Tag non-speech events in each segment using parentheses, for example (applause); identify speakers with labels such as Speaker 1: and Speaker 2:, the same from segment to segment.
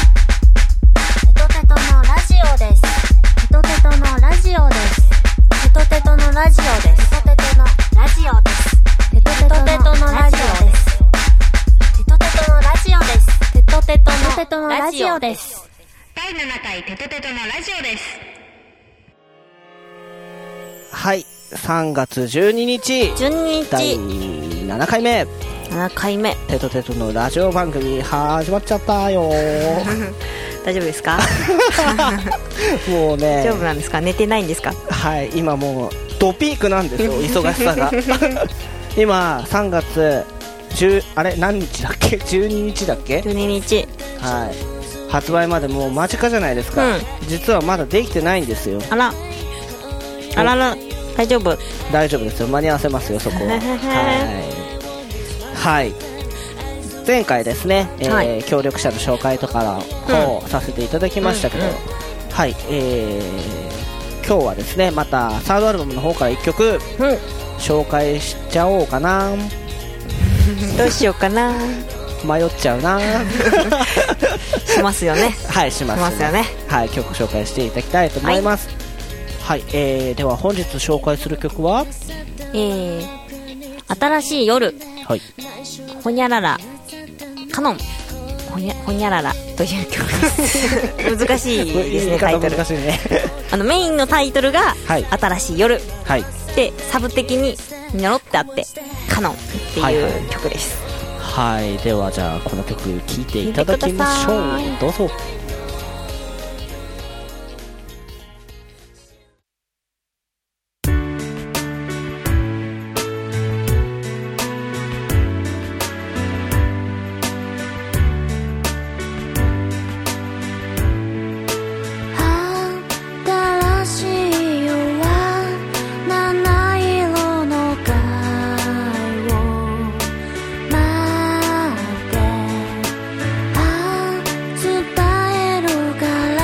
Speaker 1: テトテトのラジオです。テトテトのラジオです。テトテトのラジオです。テトテトのラジオです。テトテトのラジオです。テトテトのラジオです。テトテトのラジオです。
Speaker 2: 第7回テトテトのラジオです。
Speaker 3: はい。3月12日、
Speaker 1: 12
Speaker 3: 第
Speaker 1: 日
Speaker 3: 7回目、
Speaker 1: 7回目。
Speaker 3: テトテトのラジオ番組始まっちゃっ
Speaker 1: (laughs)
Speaker 3: たよー
Speaker 2: 大丈夫ですか
Speaker 3: もう
Speaker 2: 大
Speaker 3: ね
Speaker 2: 丈、夫なんですか寝てないんですか
Speaker 3: はい、今もう、ドピークな
Speaker 1: (laughs)
Speaker 3: んですよ、忙しさが。今、3月10、あれ、何日だっけ ?12 日だっけ
Speaker 1: ?12 日。
Speaker 3: はい。発売までもう間近じゃないですか。
Speaker 1: うん
Speaker 3: 実はまだできてないんですよ。
Speaker 1: あら。あらら。大丈夫。
Speaker 3: 大丈夫ですよ間に合わせますよそこ
Speaker 1: (laughs)
Speaker 3: ははい、はい、前回ですね、えー
Speaker 1: はい
Speaker 3: 協力者の紹介とかをさせていただきましたけど、
Speaker 1: うんうん
Speaker 3: はいえー、今日はですねまたサードアルバムの方から1曲
Speaker 1: うん。
Speaker 3: 紹介しちゃおうかな
Speaker 2: どうしようかな
Speaker 3: 迷っちゃ
Speaker 1: (laughs)
Speaker 3: うな
Speaker 2: しますよね。
Speaker 3: はいします
Speaker 2: しますよね
Speaker 3: はい曲紹介していただきたいと思いますはい、えー、では本日紹介する曲は
Speaker 1: えー、新しい夜。
Speaker 3: はい
Speaker 1: ほにゃららカノンほにゃほにゃららという
Speaker 3: (laughs)
Speaker 1: 曲です難しいです
Speaker 3: 言
Speaker 1: ね
Speaker 3: い
Speaker 1: タイ
Speaker 3: 方
Speaker 1: トル
Speaker 3: 難しいね (laughs)
Speaker 1: あのメインのタイトルが「
Speaker 3: はい
Speaker 1: 新しい夜
Speaker 3: はい」
Speaker 1: でサブ的に「にょろ」ってあって「カノン」って
Speaker 3: はい
Speaker 1: い
Speaker 3: は
Speaker 1: う
Speaker 3: い
Speaker 1: 曲です、
Speaker 3: はいではじゃあこの曲聴いていただきましょ
Speaker 1: 聴いて
Speaker 3: うどうぞ
Speaker 4: 新しい夜は七色の貝を待ってあ伝え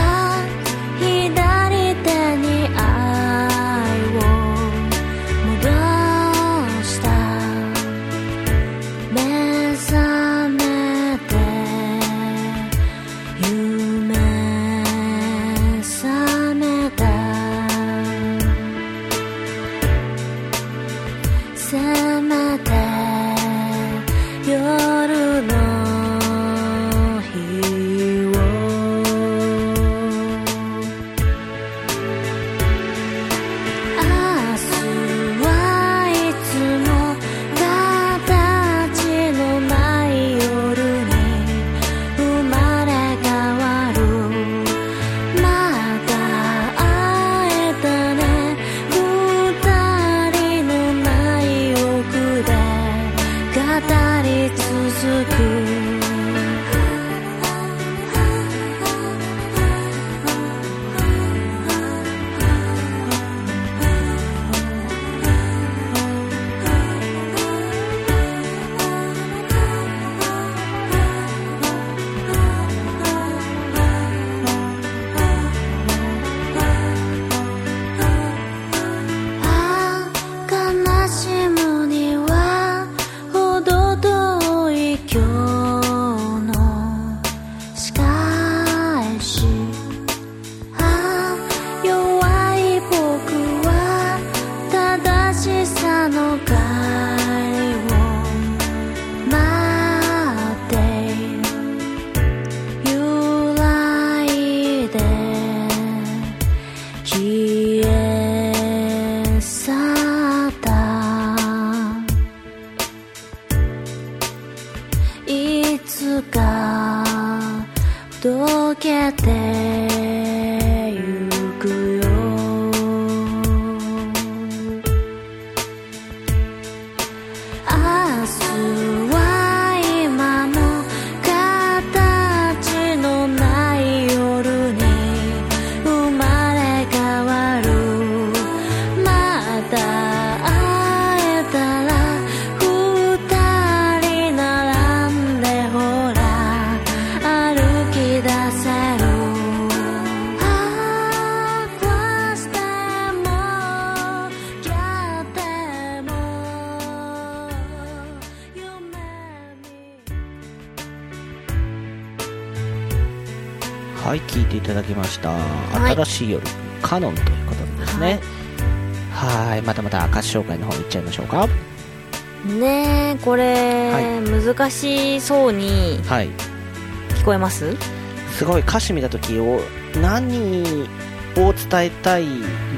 Speaker 3: はい聞いていただきました、
Speaker 5: い
Speaker 3: 新しい夜カノンということですねはいまたまた歌詞紹介の方いっちゃいましょうか
Speaker 1: ねえこれ、
Speaker 3: はい
Speaker 1: 難しそうに
Speaker 3: はい
Speaker 1: 聞こえます
Speaker 3: すごい歌詞見た時を何を伝えたい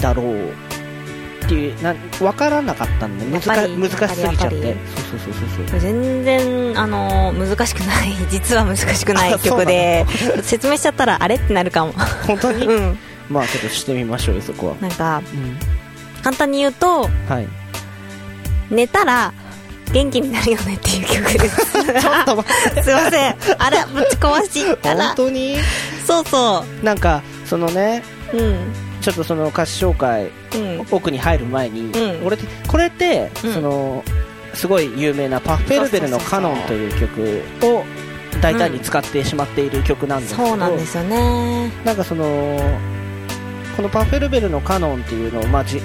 Speaker 3: だろうっていうな分からなかったんで難
Speaker 1: やっぱり
Speaker 3: 難しすぎちゃ
Speaker 1: やっ
Speaker 3: っ
Speaker 1: ぱりや
Speaker 3: て
Speaker 1: っ
Speaker 3: そうそうそうそうそう
Speaker 1: 全然あの難しくない (laughs) 実は難しくない
Speaker 3: あそう
Speaker 1: 曲
Speaker 3: なの
Speaker 1: で説明しちゃったらあれってなるかも
Speaker 3: 本当
Speaker 1: (laughs)
Speaker 3: に、
Speaker 1: うん
Speaker 3: まあちょっとしてみましょうよそこは、
Speaker 1: なんか
Speaker 3: うん、
Speaker 1: 簡単に言うと
Speaker 3: はい
Speaker 1: 寝たら元気になるよねっていう曲です
Speaker 3: (laughs) ちょっと待って
Speaker 1: すいませんあらぶち壊しあ
Speaker 3: 本
Speaker 1: ら
Speaker 3: 当に
Speaker 1: そうそ
Speaker 3: なんかそのね
Speaker 1: ううん
Speaker 3: ちょっとその歌詞紹介
Speaker 1: うん
Speaker 3: 奥に入る前に、
Speaker 1: うん
Speaker 3: 俺ってこれって、
Speaker 1: うん
Speaker 3: そのすごい有名なパッフェルベルの「カノン」という曲を大胆に使ってしまっている曲なんですけど、
Speaker 1: そうなんですよね
Speaker 3: なんかそのこのパッフェルベルの「カノン」っていうのを、まあ、じ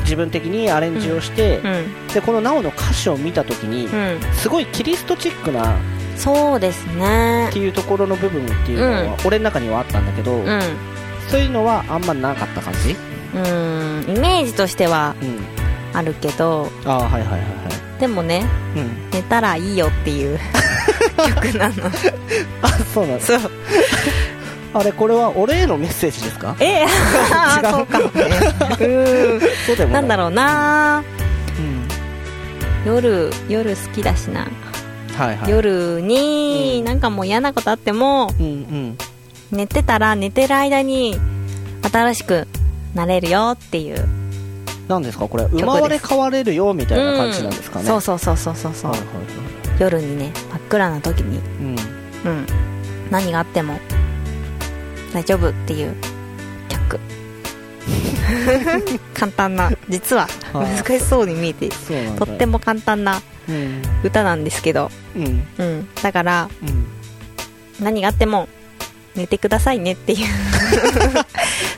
Speaker 3: 自分的にアレンジをして、
Speaker 1: うん
Speaker 3: でこのなおの歌詞を見た時に、
Speaker 1: うん
Speaker 3: すごいキリストチックなっ
Speaker 1: そうですね
Speaker 3: ていうところの部分っていうのは、俺の中にはあったんだけど、
Speaker 1: うん
Speaker 3: そういうのはあんまなかった感じ、
Speaker 1: うんイメージとしては
Speaker 3: うん、
Speaker 1: あるけど
Speaker 3: ああはいはいはいは
Speaker 1: でもね
Speaker 3: い、うん、
Speaker 1: 寝たらいいよっていう曲なの
Speaker 3: あそうなんです
Speaker 1: そう
Speaker 3: あれこれは俺へのメッセージですか
Speaker 1: ええ
Speaker 3: 違う
Speaker 1: そうかもねう
Speaker 3: (laughs) そうで
Speaker 1: ん
Speaker 3: も
Speaker 1: なんだ
Speaker 3: ろ
Speaker 1: ろうな
Speaker 3: う、うん、
Speaker 1: 夜夜好きだしな、
Speaker 3: はいはい
Speaker 1: 夜に、
Speaker 3: うん
Speaker 1: なんかもう嫌なことあっても
Speaker 3: うんうん
Speaker 1: 寝てたら寝てる間に新しくなれるよっていう
Speaker 3: なんですかこれ生まれ変われるよみたいな感じなんですかね、
Speaker 1: うんそうそうそうそうそうそう、
Speaker 3: はいはいはい
Speaker 1: 夜にね真っ暗な時に
Speaker 3: うん
Speaker 1: うん何があっても大丈夫っていう曲 (laughs) 簡単な実は
Speaker 3: はい
Speaker 1: 難しそうに見えて
Speaker 3: そうなん
Speaker 1: と
Speaker 3: だ
Speaker 1: っても簡単な
Speaker 3: うん
Speaker 1: 歌なんですけど、
Speaker 3: うんうん
Speaker 1: うん、だから何があっても寝てくださいね (laughs) っていう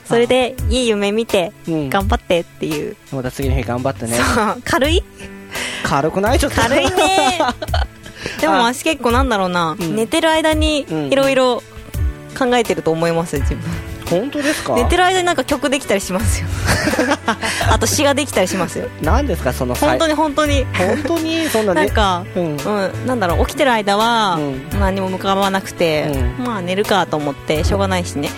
Speaker 1: それでいい夢見て
Speaker 3: うん
Speaker 1: 頑張ってっていう、
Speaker 3: また次の日頑張ってね
Speaker 1: そう軽い
Speaker 3: 軽くないちょっと
Speaker 1: 軽いね
Speaker 3: (laughs)
Speaker 1: でも
Speaker 3: あ
Speaker 1: 私結構なんだろうな、
Speaker 3: うん
Speaker 1: 寝てる間に
Speaker 3: うん
Speaker 1: いろいろ考えてると思います自分
Speaker 3: 本当ですか
Speaker 1: 寝てる間になんか曲できたりします
Speaker 3: (laughs)
Speaker 1: よあと詩ができたりしますよ
Speaker 3: 何ですかその
Speaker 1: 本当
Speaker 3: に
Speaker 1: に本当に、
Speaker 3: 本当にそんな
Speaker 1: な
Speaker 3: ね
Speaker 1: んか
Speaker 3: うん
Speaker 1: うん、なんだろう起きてる間は
Speaker 3: うん
Speaker 1: 何も向かわなくて、
Speaker 3: うん
Speaker 1: まあ寝るかと思ってしょうがない
Speaker 3: (laughs)
Speaker 1: しね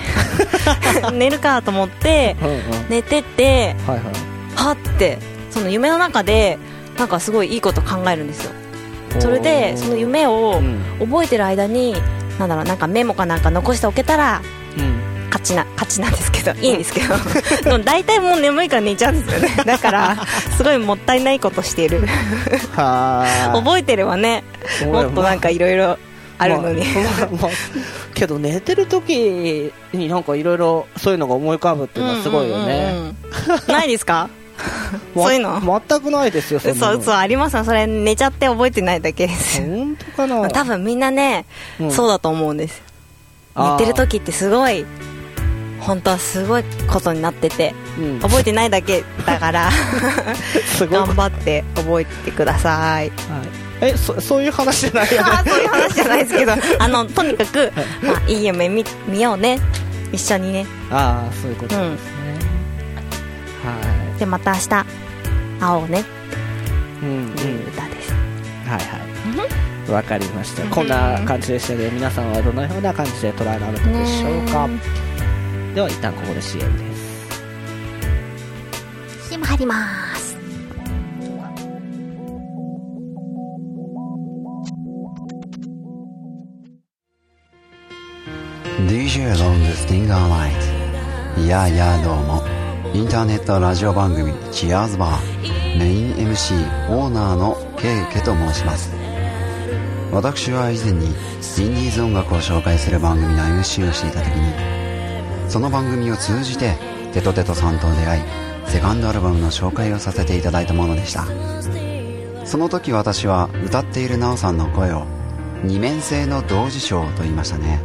Speaker 1: (laughs) 寝るかと思って
Speaker 3: うんうん
Speaker 1: 寝てて
Speaker 3: はいはい
Speaker 1: はってその夢の中でなんかすごいいいこと考えるんですよそれでその夢
Speaker 3: を
Speaker 1: を
Speaker 3: うん
Speaker 1: 覚えてる間になんだろうなんかメモかなんか残しておけたら
Speaker 3: うん
Speaker 1: 勝ちな勝ちなんです
Speaker 3: (laughs)
Speaker 1: けどいいんですけどでも大体もう眠いから寝ちゃうんですよね
Speaker 3: (laughs)
Speaker 1: だからすごいもったいないことしている
Speaker 3: は
Speaker 1: 覚えてればね
Speaker 3: ー
Speaker 1: もっとなんかいろいろあるのに、
Speaker 3: まあまあまあけど寝てる時になんかいろいろそういうのが思い浮かぶっていうのはすごいよ
Speaker 1: うんうん
Speaker 3: ね、
Speaker 1: うんうんないですかそういうの
Speaker 3: (laughs) わ全くないですよそんな
Speaker 1: 嘘
Speaker 3: の
Speaker 1: 嘘ありますよそれ寝ちゃって覚えてないだけです
Speaker 3: 本当かな
Speaker 1: 多分みんなね、
Speaker 3: うん
Speaker 1: そうだと思うんです寝
Speaker 3: あー
Speaker 1: てる時ってすごい本当はすごいことになってて
Speaker 3: うん
Speaker 1: 覚えてないだけだから (laughs)
Speaker 3: すごい
Speaker 1: 頑張って覚えてください
Speaker 3: はいえそそういう話じゃないよね
Speaker 1: (laughs) あーそういう話じゃないですけど (laughs) あのとにかく、まあ、いい夢見見ようね一緒にね
Speaker 3: ああそういうこと
Speaker 1: う
Speaker 3: ですね、
Speaker 1: ん
Speaker 3: は
Speaker 1: でまた明日会おうね
Speaker 3: いうんうん
Speaker 1: っていう歌です、
Speaker 3: はいはいわかりましたこんな感じでしたけど皆さんはどのような感じで捉えられたでしょうかでは一旦ここで CM です
Speaker 5: ひま入ります。
Speaker 2: DJ ロングスティンガーライトいやいやどうもインターネットラジオ番組「チアーズバー」メイン MC オーナーのケイケと申します私は以前にインディーズ音楽を紹介する番組の MC をしていた時にその番組を通じてテトテトさんと出会いセカンドアルバムの紹介をさせていただいたものでしたその時私は歌っているナオさんの声を二面性の同時唱と言いましたね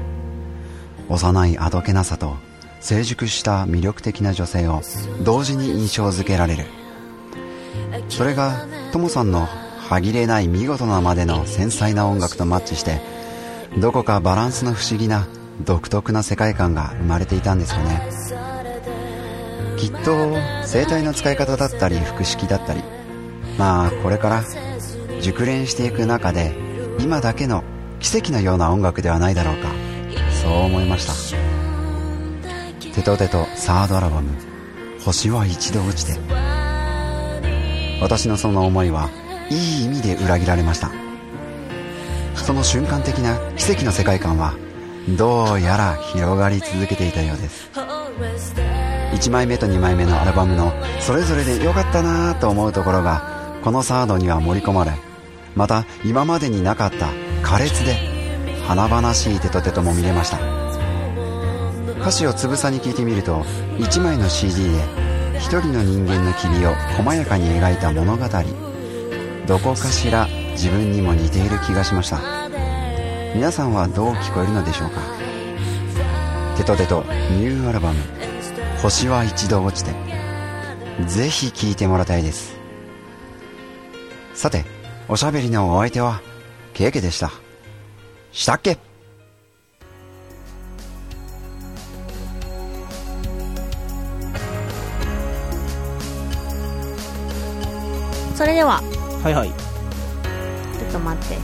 Speaker 2: 幼いあどけなさと成熟した魅力的な女性を同時に印象づけられるそれがともさんの歯切れない見事なまでの繊細な音楽とマッチしてどこかバランスの不思議な独特な世界観が生まれていたんですよねきっと声帯の使い方だったり腹式だったりまあこれから熟練していく中で今だけの奇跡のような音楽ではないだろうかそう思いましたテトテトサードアルバム「星は一度落ちて」私のその思いはいい意味で裏切られましたその瞬間的な奇跡の世界観はどうやら広がり続けていたようです1枚目と2枚目のアルバムのそれぞれで良かったなぁと思うところがこのサードには盛り込まれまた今までになかった苛烈で華々しいテトテトも見れました歌詞をつぶさに聞いてみると1枚の CD で一人の人間の霧を細やかに描いた物語どこかしら自分にも似ている気がしました皆さんはどう聞こえるのでしょうかテトテトニューアルバム「星は一度落ちて」ぜひ聴いてもらいたいですさておしゃべりのお相手はケーケでしたしたっけ
Speaker 1: それでは
Speaker 3: はいはい
Speaker 1: ちょっと待って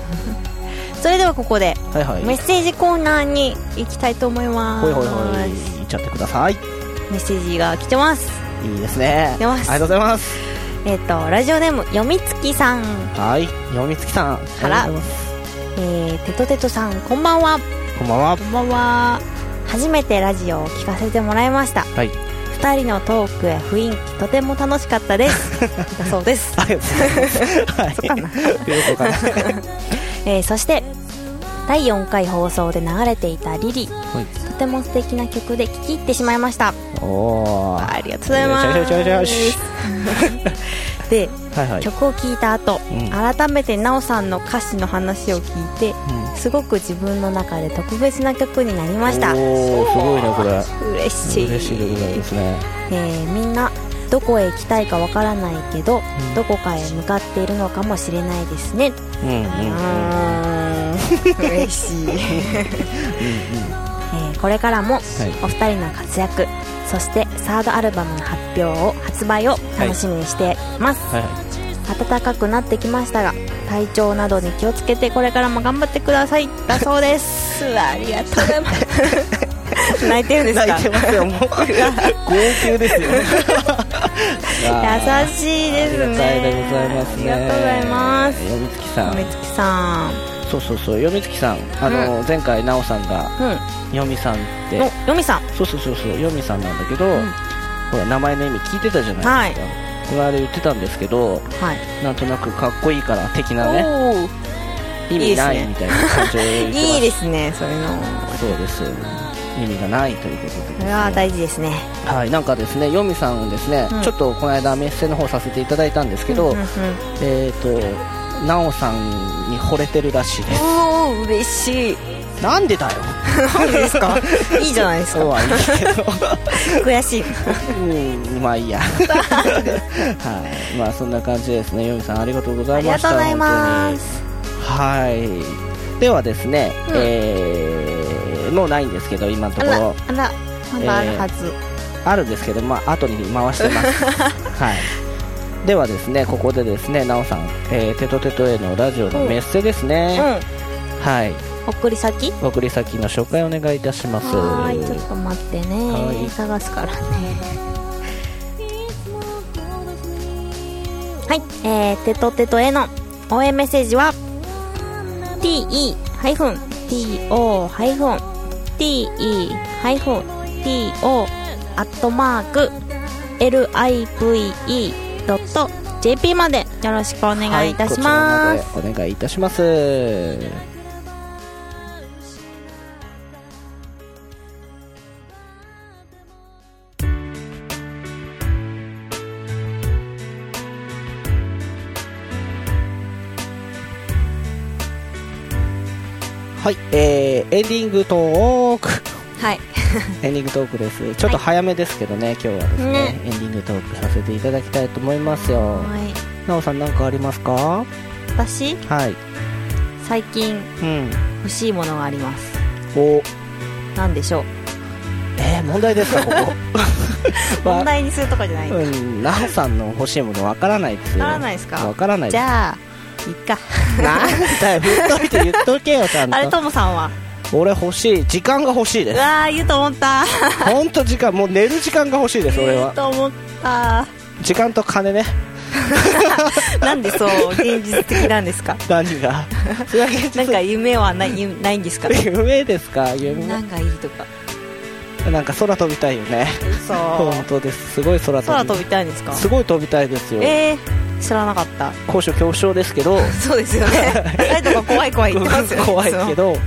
Speaker 1: (laughs) それではここで
Speaker 3: はいはい
Speaker 1: メッセージコーナーに行きたいと思います
Speaker 3: ほいほいほいいっちゃってください
Speaker 1: メッセージが来てます
Speaker 3: いいですね
Speaker 1: 出ます
Speaker 3: ありがとうございます
Speaker 1: えっ、とラジオネームよみつきさん
Speaker 3: はいよみつきさん
Speaker 1: から
Speaker 3: ありがとうございます
Speaker 1: えー、テトテトさんこんばんは
Speaker 3: こんばんは
Speaker 1: こんばんは初めてラジオを聞かせてもらいました
Speaker 3: はい
Speaker 1: (laughs) 2人のトークや雰囲気とても楽しかったです
Speaker 3: (laughs)
Speaker 1: だそうです
Speaker 3: ありがとうございますはいよくわかんない
Speaker 1: えーそして第4回放送で流れていた「リリ」
Speaker 3: はい
Speaker 1: とても素敵な曲で聴き入ってしまいました
Speaker 3: おー
Speaker 1: ありがとうございます
Speaker 3: よしよしよしよし (laughs)
Speaker 1: で
Speaker 3: はいはい
Speaker 1: 曲を聴いた後、
Speaker 3: うん
Speaker 1: 改めて奈緒さんの歌詞の話を聞いて
Speaker 3: うん
Speaker 1: すごく自分の中で特別な曲になりました
Speaker 3: おーすごいねこれ
Speaker 1: 嬉しい
Speaker 3: 嬉しいでございますね
Speaker 1: えーみんなどこへ行きたいかわからないけど、
Speaker 3: ん
Speaker 1: どこかへ向かっているのかもしれないですね
Speaker 3: うんうん
Speaker 1: うーん嬉しい、えーこれからもお二人の活躍そしてサードアルバムの発表を発売を楽しみにしています、
Speaker 3: はいは
Speaker 1: 暖かくなってきましたが体調などに気をつけてこれからも頑張ってくださいだそうです
Speaker 3: (laughs)
Speaker 1: ありがとうございます泣いてるんで
Speaker 3: い
Speaker 1: すか
Speaker 3: 泣いてますよもう
Speaker 1: (laughs)
Speaker 3: 号泣ですよ
Speaker 1: 優しいですね
Speaker 3: ありがたいでございますね
Speaker 1: ありがとうございます
Speaker 3: よみつきさ
Speaker 1: 梅
Speaker 3: ん
Speaker 1: 月さん
Speaker 3: そうそうそうよみつきさんあの、前回なおさんが
Speaker 1: う
Speaker 3: よみさんっ
Speaker 1: ん
Speaker 3: て
Speaker 1: のよみさん
Speaker 3: そうそうそうそうよみさんなんだけど、
Speaker 1: ん
Speaker 3: ほら名前の意味聞いてたじゃないですか、この間言ってたんですけど
Speaker 1: はい
Speaker 3: なんとなくかっこいいから的なね
Speaker 1: おお
Speaker 3: 意味ないみたいな感じを言って
Speaker 1: (laughs)
Speaker 3: ま
Speaker 1: いいですねそういうの
Speaker 3: すそうです意味がないということ
Speaker 1: こ
Speaker 3: でです
Speaker 1: れ
Speaker 3: ね
Speaker 1: は大事ですね
Speaker 3: はい、なんかですね、ヨミさんをですね、
Speaker 1: うん
Speaker 3: ちょっとこの間メッセの方させていただいたんですけ
Speaker 1: う
Speaker 3: ど、
Speaker 1: んうんうん
Speaker 3: えっ、と、ナオさんに惚れてるらしいです。
Speaker 1: おお嬉しい
Speaker 3: なんでだよ。
Speaker 1: 何ですか (laughs) いいじゃないです
Speaker 3: そ
Speaker 1: か
Speaker 3: うはいいけど、
Speaker 1: 悔しい
Speaker 3: うん、まあい
Speaker 1: (laughs)
Speaker 3: いや。はい、まあそんな感じですね、ヨミさんありがとうござ
Speaker 1: あ
Speaker 3: い
Speaker 1: り
Speaker 3: ま
Speaker 1: が
Speaker 3: し
Speaker 1: と
Speaker 3: た。
Speaker 1: うございます
Speaker 3: はい。ではですね、
Speaker 1: うん
Speaker 3: えーもうないんですけど、今のと
Speaker 1: あ
Speaker 3: こ
Speaker 1: ら
Speaker 3: ろ。
Speaker 1: あらまだあるはず、
Speaker 3: あるんですけど、まあ後に回して
Speaker 1: (laughs)
Speaker 3: ます。はい。ではですね、ここでですね、なおさん、えー、テトテトへのラジオのメッセですね。はい。
Speaker 1: うん送り先
Speaker 3: 送り先の紹介お願いいたします。
Speaker 1: はーいちょっと待って
Speaker 3: は
Speaker 1: ね
Speaker 3: い
Speaker 1: 探すから
Speaker 3: (laughs)
Speaker 1: ねはい、えー、テトテトへの応援メッセージは te-to-te-to アットマーク live.jp までよろしくお願いいたします、
Speaker 3: はいこちらまでお願いいたします。はい、えー、エンディングトーク
Speaker 1: はい
Speaker 3: エンディングトークですちょっと早めですけどね、今日はですね
Speaker 1: ね
Speaker 3: エンディングトークさせていただきたいと思いますよ
Speaker 1: はい
Speaker 3: なおさん何かありますか
Speaker 1: 私
Speaker 3: はい
Speaker 1: 最近
Speaker 3: うん
Speaker 1: 欲しいものがあります
Speaker 3: お
Speaker 1: なんでしょう
Speaker 3: えー、問題です
Speaker 1: (laughs)
Speaker 3: かここ
Speaker 1: 問題にするとかじゃないわ
Speaker 3: うん、なおさんの欲しいものわからないですよ。
Speaker 1: からないですか
Speaker 3: わからない
Speaker 1: じ
Speaker 3: です。
Speaker 1: ゃあいっか
Speaker 3: なんだよ、言っといて言っとけよ、ちゃん
Speaker 1: あれ
Speaker 3: と。
Speaker 1: ともさんは
Speaker 3: 俺欲しい。時間が欲しいうです。
Speaker 1: わー言うと思った
Speaker 3: ほんと時間、もう寝る時間が欲しいです、俺は
Speaker 1: 言う。と思った
Speaker 3: 時間と金ね。
Speaker 1: なんでそう現実的 (laughs) なんです
Speaker 3: (laughs)
Speaker 1: か
Speaker 3: 何が。それは現
Speaker 1: なん
Speaker 3: 実
Speaker 1: か夢はないゆないん
Speaker 3: (laughs)
Speaker 1: ですか
Speaker 3: 夢ですか夢
Speaker 1: なんかいいとか
Speaker 3: なんか空飛びたいよね。
Speaker 1: そう
Speaker 3: 本当です。すごい空飛び
Speaker 1: 空飛びたいんですか
Speaker 3: すごい飛びたいですよ。
Speaker 1: えー、知らなかった
Speaker 3: 高所恐怖症ですけど、
Speaker 1: そうですよねはいとか怖い怖い言ってますよね
Speaker 3: (laughs) 怖いけど、
Speaker 1: そう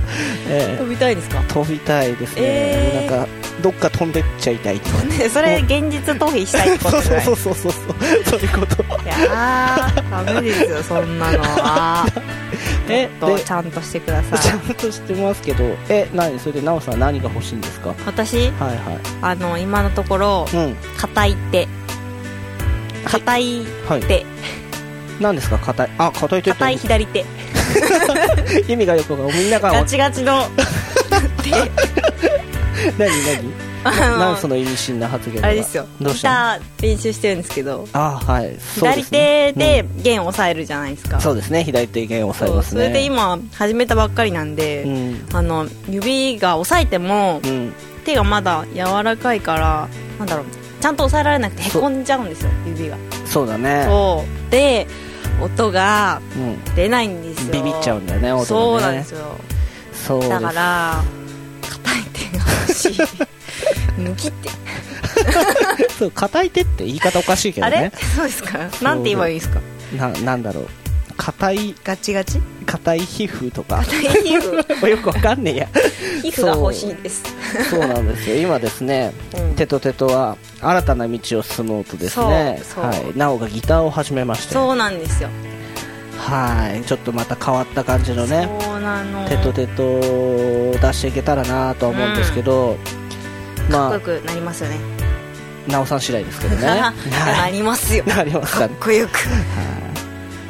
Speaker 3: え
Speaker 1: 飛びたいですか
Speaker 3: ー飛びたいですね。
Speaker 1: えー
Speaker 3: なんか、どっか飛んでっちゃいたい。
Speaker 1: ね (laughs) それ現実逃避したいってこ
Speaker 3: そう
Speaker 1: とじゃ
Speaker 3: そ
Speaker 1: ない
Speaker 3: うそうそうそうそういうこと
Speaker 1: いやーダメですよそんなのは
Speaker 3: (laughs) え
Speaker 1: もっと
Speaker 3: (laughs) で
Speaker 1: ちゃんとしてくだ
Speaker 3: ちゃ
Speaker 1: さい
Speaker 3: んとしてますけどえ何それで奈緒さん何が欲しいんですか
Speaker 1: 私
Speaker 3: はいは
Speaker 1: あの今のところ
Speaker 3: いうん
Speaker 1: 硬い手硬い
Speaker 3: はい
Speaker 1: 手
Speaker 3: 何ですか硬いあ硬いと言
Speaker 1: 硬い
Speaker 3: っ
Speaker 1: 左手
Speaker 3: て意味がよくわかんないみんなが
Speaker 1: ガチガチ
Speaker 3: (laughs)
Speaker 1: の
Speaker 3: 何何
Speaker 1: あ
Speaker 3: 何そ
Speaker 1: の
Speaker 3: の意味深な発言が
Speaker 1: あれですよギ
Speaker 3: どうしたの
Speaker 1: ター練習してるんですけど
Speaker 3: あはいそう
Speaker 1: 左
Speaker 3: ですね
Speaker 1: 手で弦を押さえるじゃないです
Speaker 3: う
Speaker 1: か
Speaker 3: んそうですね左手弦を押さえます
Speaker 1: そ
Speaker 3: ね
Speaker 1: うそれで今始めたばっかりなんで、
Speaker 3: うん
Speaker 1: あの指が押さえても
Speaker 3: うん
Speaker 1: 手がまだ柔らかいからなんだろうちゃんと押さえられなくてへこんじゃうんですよ指が
Speaker 3: そうだね
Speaker 1: そうで音が
Speaker 3: うん
Speaker 1: 出ないんですよ
Speaker 3: ビビっちゃうんだよね音がね
Speaker 1: そうなんですよ
Speaker 3: そうです
Speaker 1: だから硬い手が欲しい
Speaker 3: (laughs)
Speaker 1: 抜きって
Speaker 3: そう硬い手って言い方おかしいけど
Speaker 1: あれ
Speaker 3: ね
Speaker 1: そうですかなんて言えばいいんですか
Speaker 3: ななんだろう硬い
Speaker 1: ガチガチ
Speaker 3: 硬い皮膚とか
Speaker 1: 皮
Speaker 3: (laughs)
Speaker 1: 膚
Speaker 3: よくわかんねえや
Speaker 1: 皮膚が欲しいです
Speaker 3: そうなんですよ今ですね、
Speaker 1: うん
Speaker 3: テトテトは新たな道を進もうとですね
Speaker 1: そうそう
Speaker 3: はい、なおがギターを始めまして
Speaker 1: そうなんですよ
Speaker 3: はいちょっとまた変わった感じのね
Speaker 1: そうなの
Speaker 3: テトテトを出していけたらなとは思うんですけど、ま
Speaker 1: か
Speaker 3: あ
Speaker 1: っこよくなりますよね
Speaker 3: なおさん次第ですけど
Speaker 1: (laughs)
Speaker 3: ね
Speaker 1: な
Speaker 3: は
Speaker 1: りますよ
Speaker 3: いなりますか
Speaker 1: かっこよく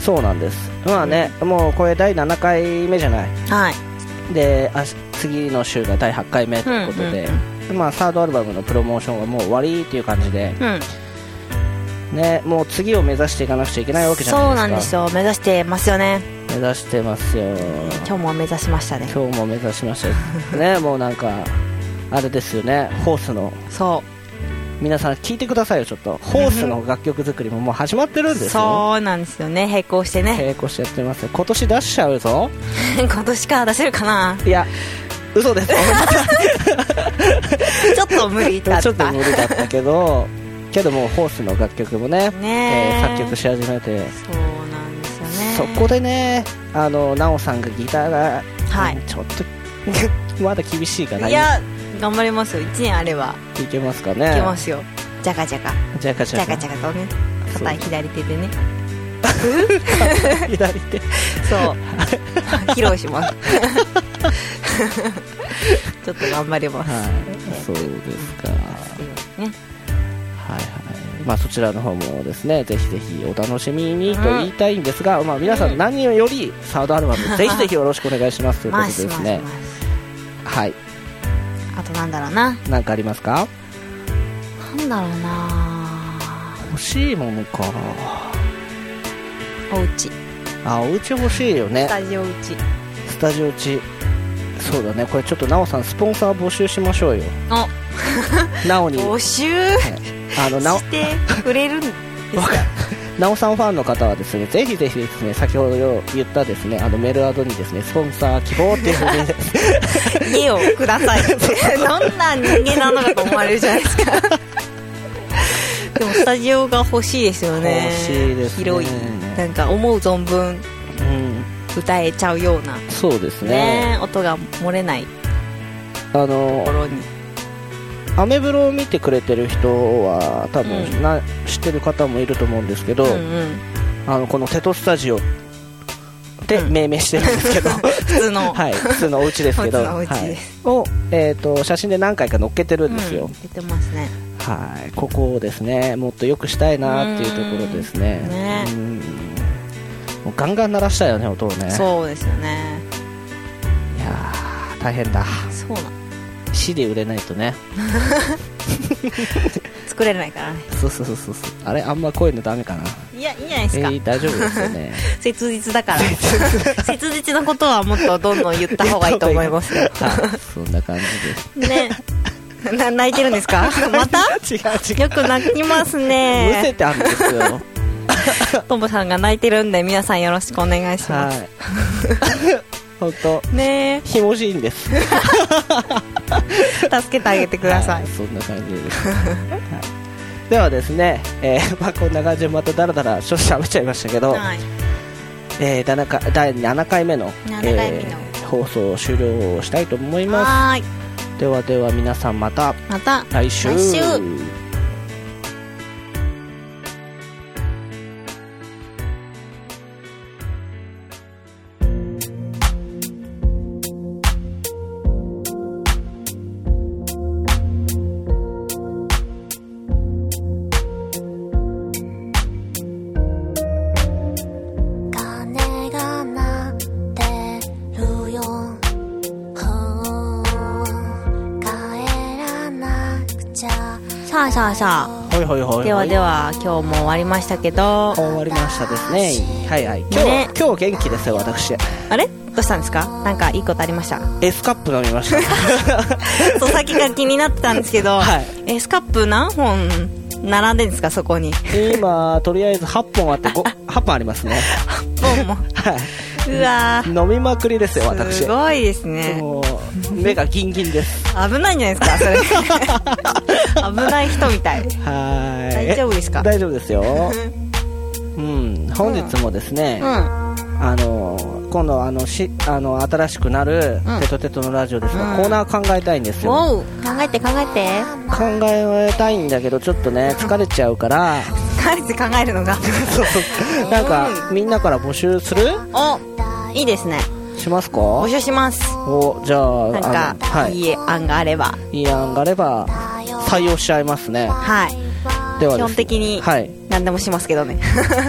Speaker 3: そうなんですまあね、もうこれ第7回目じゃない
Speaker 1: はい
Speaker 3: であ次の週が第8回目ということで、まあ、サードアルバムのプロモーションがもう終わりっていう感じで、
Speaker 1: うん
Speaker 3: ね、もう次を目指していかなくちゃいけないわけじゃ
Speaker 1: そうな
Speaker 3: ない
Speaker 1: ん
Speaker 3: で
Speaker 1: ですす
Speaker 3: か
Speaker 1: よ目指してますよね
Speaker 3: 目指してますよ
Speaker 1: 今日も目指しましたね
Speaker 3: 今日も目指しましたよねもうなんかあれですよねホースの
Speaker 1: そ
Speaker 3: 皆さん聞いてくださいよちょっとホースの楽曲作りももう始まって
Speaker 1: う
Speaker 3: る
Speaker 1: ん
Speaker 3: ですよ
Speaker 1: そうなんですよね並行してね
Speaker 3: 並行してやってますよ今年出しちゃうぞ
Speaker 1: (laughs) 今年から出せるかない
Speaker 3: や嘘です
Speaker 1: (laughs) ちょっと無理だった
Speaker 3: ちょっと無理だった
Speaker 1: (laughs)
Speaker 3: けどけどもうホースの楽曲もね
Speaker 1: ねえ
Speaker 3: えー作曲し始
Speaker 1: そうな
Speaker 3: めて、
Speaker 1: んですよね
Speaker 3: そこでねあの奈緒さんがギターが、
Speaker 1: はい
Speaker 3: うんちょっと (laughs) まだ厳しいかない
Speaker 1: や頑張りますよ1年あれば
Speaker 3: いけますかね
Speaker 1: いけますよじゃかじゃか
Speaker 3: じゃかじ
Speaker 1: じ
Speaker 3: ゃ
Speaker 1: ゃ
Speaker 3: か
Speaker 1: かじゃかとね
Speaker 3: そう
Speaker 1: 硬い左手でね
Speaker 3: (laughs) 左手
Speaker 1: そう (laughs) 披露します (laughs) ちょっと頑張ります、
Speaker 3: はいそうですかはい
Speaker 1: ね
Speaker 3: はいまあそちらの方もですねぜひぜひお楽しみにと言いたいんですが、まあ皆さん何よりサードアルバムぜひぜひよろしくお願いしますということ
Speaker 1: ま
Speaker 3: です
Speaker 1: (laughs)
Speaker 3: す
Speaker 1: ます
Speaker 3: ね
Speaker 1: ます
Speaker 3: はい
Speaker 1: あとなんだろうな
Speaker 3: 何かありますか
Speaker 1: なんだろうな
Speaker 3: 欲しいものか
Speaker 1: おうち
Speaker 3: なあお家欲しいよね
Speaker 1: スタジオうち
Speaker 3: スタジオ地そうだねこれちょっとなおさんスポンサー募集しましょうよ
Speaker 1: の
Speaker 3: なおに
Speaker 1: 募集
Speaker 3: あのなお
Speaker 1: してくれるんですか
Speaker 3: なおさんファンの方はですねぜひぜひですね先ほど言ったですねあのメールアドにですねスポンサー希望っていうふう
Speaker 1: (laughs)
Speaker 3: に
Speaker 1: 家をくださいって
Speaker 3: (laughs)
Speaker 1: どんな人間なのかと思われるじゃないですかでもスタジオが欲しいですよね
Speaker 3: 欲しいですね
Speaker 1: 広いなんか思う存分
Speaker 3: うん
Speaker 1: 歌えちゃうような
Speaker 3: そうですね
Speaker 1: ね音が漏れない
Speaker 3: あ
Speaker 1: とこ
Speaker 3: の
Speaker 1: ろに
Speaker 3: アメブロを見てくれてる人は多分、
Speaker 1: うん
Speaker 3: な知ってる方もいると思うんですけど、
Speaker 1: うんうん、
Speaker 3: あのこのテトスタジオで命名してるんです
Speaker 1: (laughs)
Speaker 3: けど、
Speaker 1: 普通の、
Speaker 3: (laughs) はい、普通のお家ですけど、
Speaker 1: 普通のお家
Speaker 3: はい
Speaker 1: で、
Speaker 3: を、えー、と写真で何回か載っけてるんですよ、
Speaker 1: うん出てますね
Speaker 3: はい、ここをですねもっと良くしたいなっていうところですね
Speaker 1: うんね
Speaker 3: うんもうガンガン鳴らしたいよね音をね
Speaker 1: そうですよね
Speaker 3: いやー大変だ
Speaker 1: そうなの
Speaker 3: 市で売れないとね
Speaker 1: 作れないからね
Speaker 3: そうそうそうそうそうあれあんまこういうのダメかない
Speaker 1: やいいじゃないです
Speaker 3: え
Speaker 1: か、
Speaker 3: ー大丈夫です
Speaker 1: (laughs)
Speaker 3: よね
Speaker 1: 切実だから切実なことはもっとどんどん言った方がいいと思いますよ
Speaker 3: (laughs) はいそんな感じです
Speaker 1: ねな泣いてるんです
Speaker 3: (laughs)
Speaker 1: かまた
Speaker 3: 違う違う
Speaker 1: よく泣きます
Speaker 3: むせ (laughs)
Speaker 1: ね
Speaker 3: たんです
Speaker 1: (laughs)
Speaker 3: よ
Speaker 1: トンボさんが泣いてるんで皆さんよろしくお願いしま
Speaker 3: はい (laughs) 本当
Speaker 1: すね
Speaker 3: ひもしいんです
Speaker 1: 助けてあげてください
Speaker 3: はそんな感じ
Speaker 1: (laughs)
Speaker 3: です、はい、ではですね、えー (laughs) まあ、こんな感じでまただらだら少々喋っちゃいましたけど、
Speaker 1: はい
Speaker 3: えー、だなか第7回目の
Speaker 1: 7回目の
Speaker 3: えー放送を終了したいと思いま
Speaker 1: はーい
Speaker 3: すではでは皆さんまた
Speaker 1: また
Speaker 3: 来週
Speaker 1: 来週
Speaker 4: 鐘が鳴ってるよほう帰らなくちゃ
Speaker 1: さあさあさ
Speaker 3: ほいほいほいほ
Speaker 1: あ
Speaker 3: い
Speaker 1: ではでは今日も終わりましたけど
Speaker 3: 終わりましたですねはいはい今日,、
Speaker 1: ね
Speaker 3: 今日元気です
Speaker 1: (laughs)
Speaker 3: よ私
Speaker 1: あれどうしたんですかなんかいいことありました
Speaker 3: S カップ飲みました
Speaker 1: (laughs) そう先が気になってたんですけど、
Speaker 3: (laughs) はい
Speaker 1: エスカップ何本並んでんですかそこ
Speaker 3: (laughs)
Speaker 1: に
Speaker 3: 今とりあえず8本あって5
Speaker 1: (laughs)
Speaker 3: 8本ありますね
Speaker 1: 本も
Speaker 3: は
Speaker 1: うわ
Speaker 3: い飲みまくりですよ
Speaker 1: ー
Speaker 3: 私
Speaker 1: すごいですね
Speaker 3: もう目がギンギンです
Speaker 1: 危ないんじゃないですかそれ
Speaker 3: (laughs)
Speaker 1: 危ない人みたい
Speaker 3: はーい
Speaker 1: 大丈夫ですか
Speaker 3: 大丈夫で
Speaker 1: (laughs)
Speaker 3: すようん本日もですね、
Speaker 1: うん
Speaker 3: あの今度あのしあの新しくなる「テトテトのラジオ」ですが、
Speaker 1: うん
Speaker 3: コーナー考えたいんですよ
Speaker 1: おう考えて考えて
Speaker 3: 考えたいんだけどちょっとね疲れちゃうから
Speaker 1: 考えて考えるの (laughs) が
Speaker 3: そうそうなんかみんなから募集する
Speaker 1: おいいですね
Speaker 3: しますか
Speaker 1: 募集します
Speaker 3: おじゃあ
Speaker 1: なん
Speaker 3: あ
Speaker 1: か、
Speaker 3: の、はいい、
Speaker 1: い案があれば
Speaker 3: いい案があれば採用しちゃいますね
Speaker 1: はい
Speaker 3: ではですね
Speaker 1: 基本的に
Speaker 3: はい
Speaker 1: 何でもしますけどね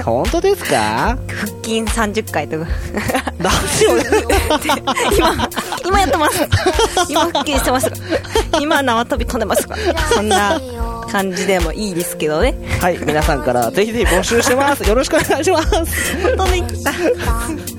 Speaker 3: 本当です
Speaker 1: (laughs)
Speaker 3: か
Speaker 1: 腹筋30回 (laughs) とか
Speaker 3: ラジオで
Speaker 1: (laughs) 今今やってます (laughs) 今腹筋して (laughs) ますとか今縄跳び飛んでますとかそんな感じでもいいですけどね
Speaker 3: はい皆さんからぜひぜひ募集してますよろしくお願いします
Speaker 1: 本当に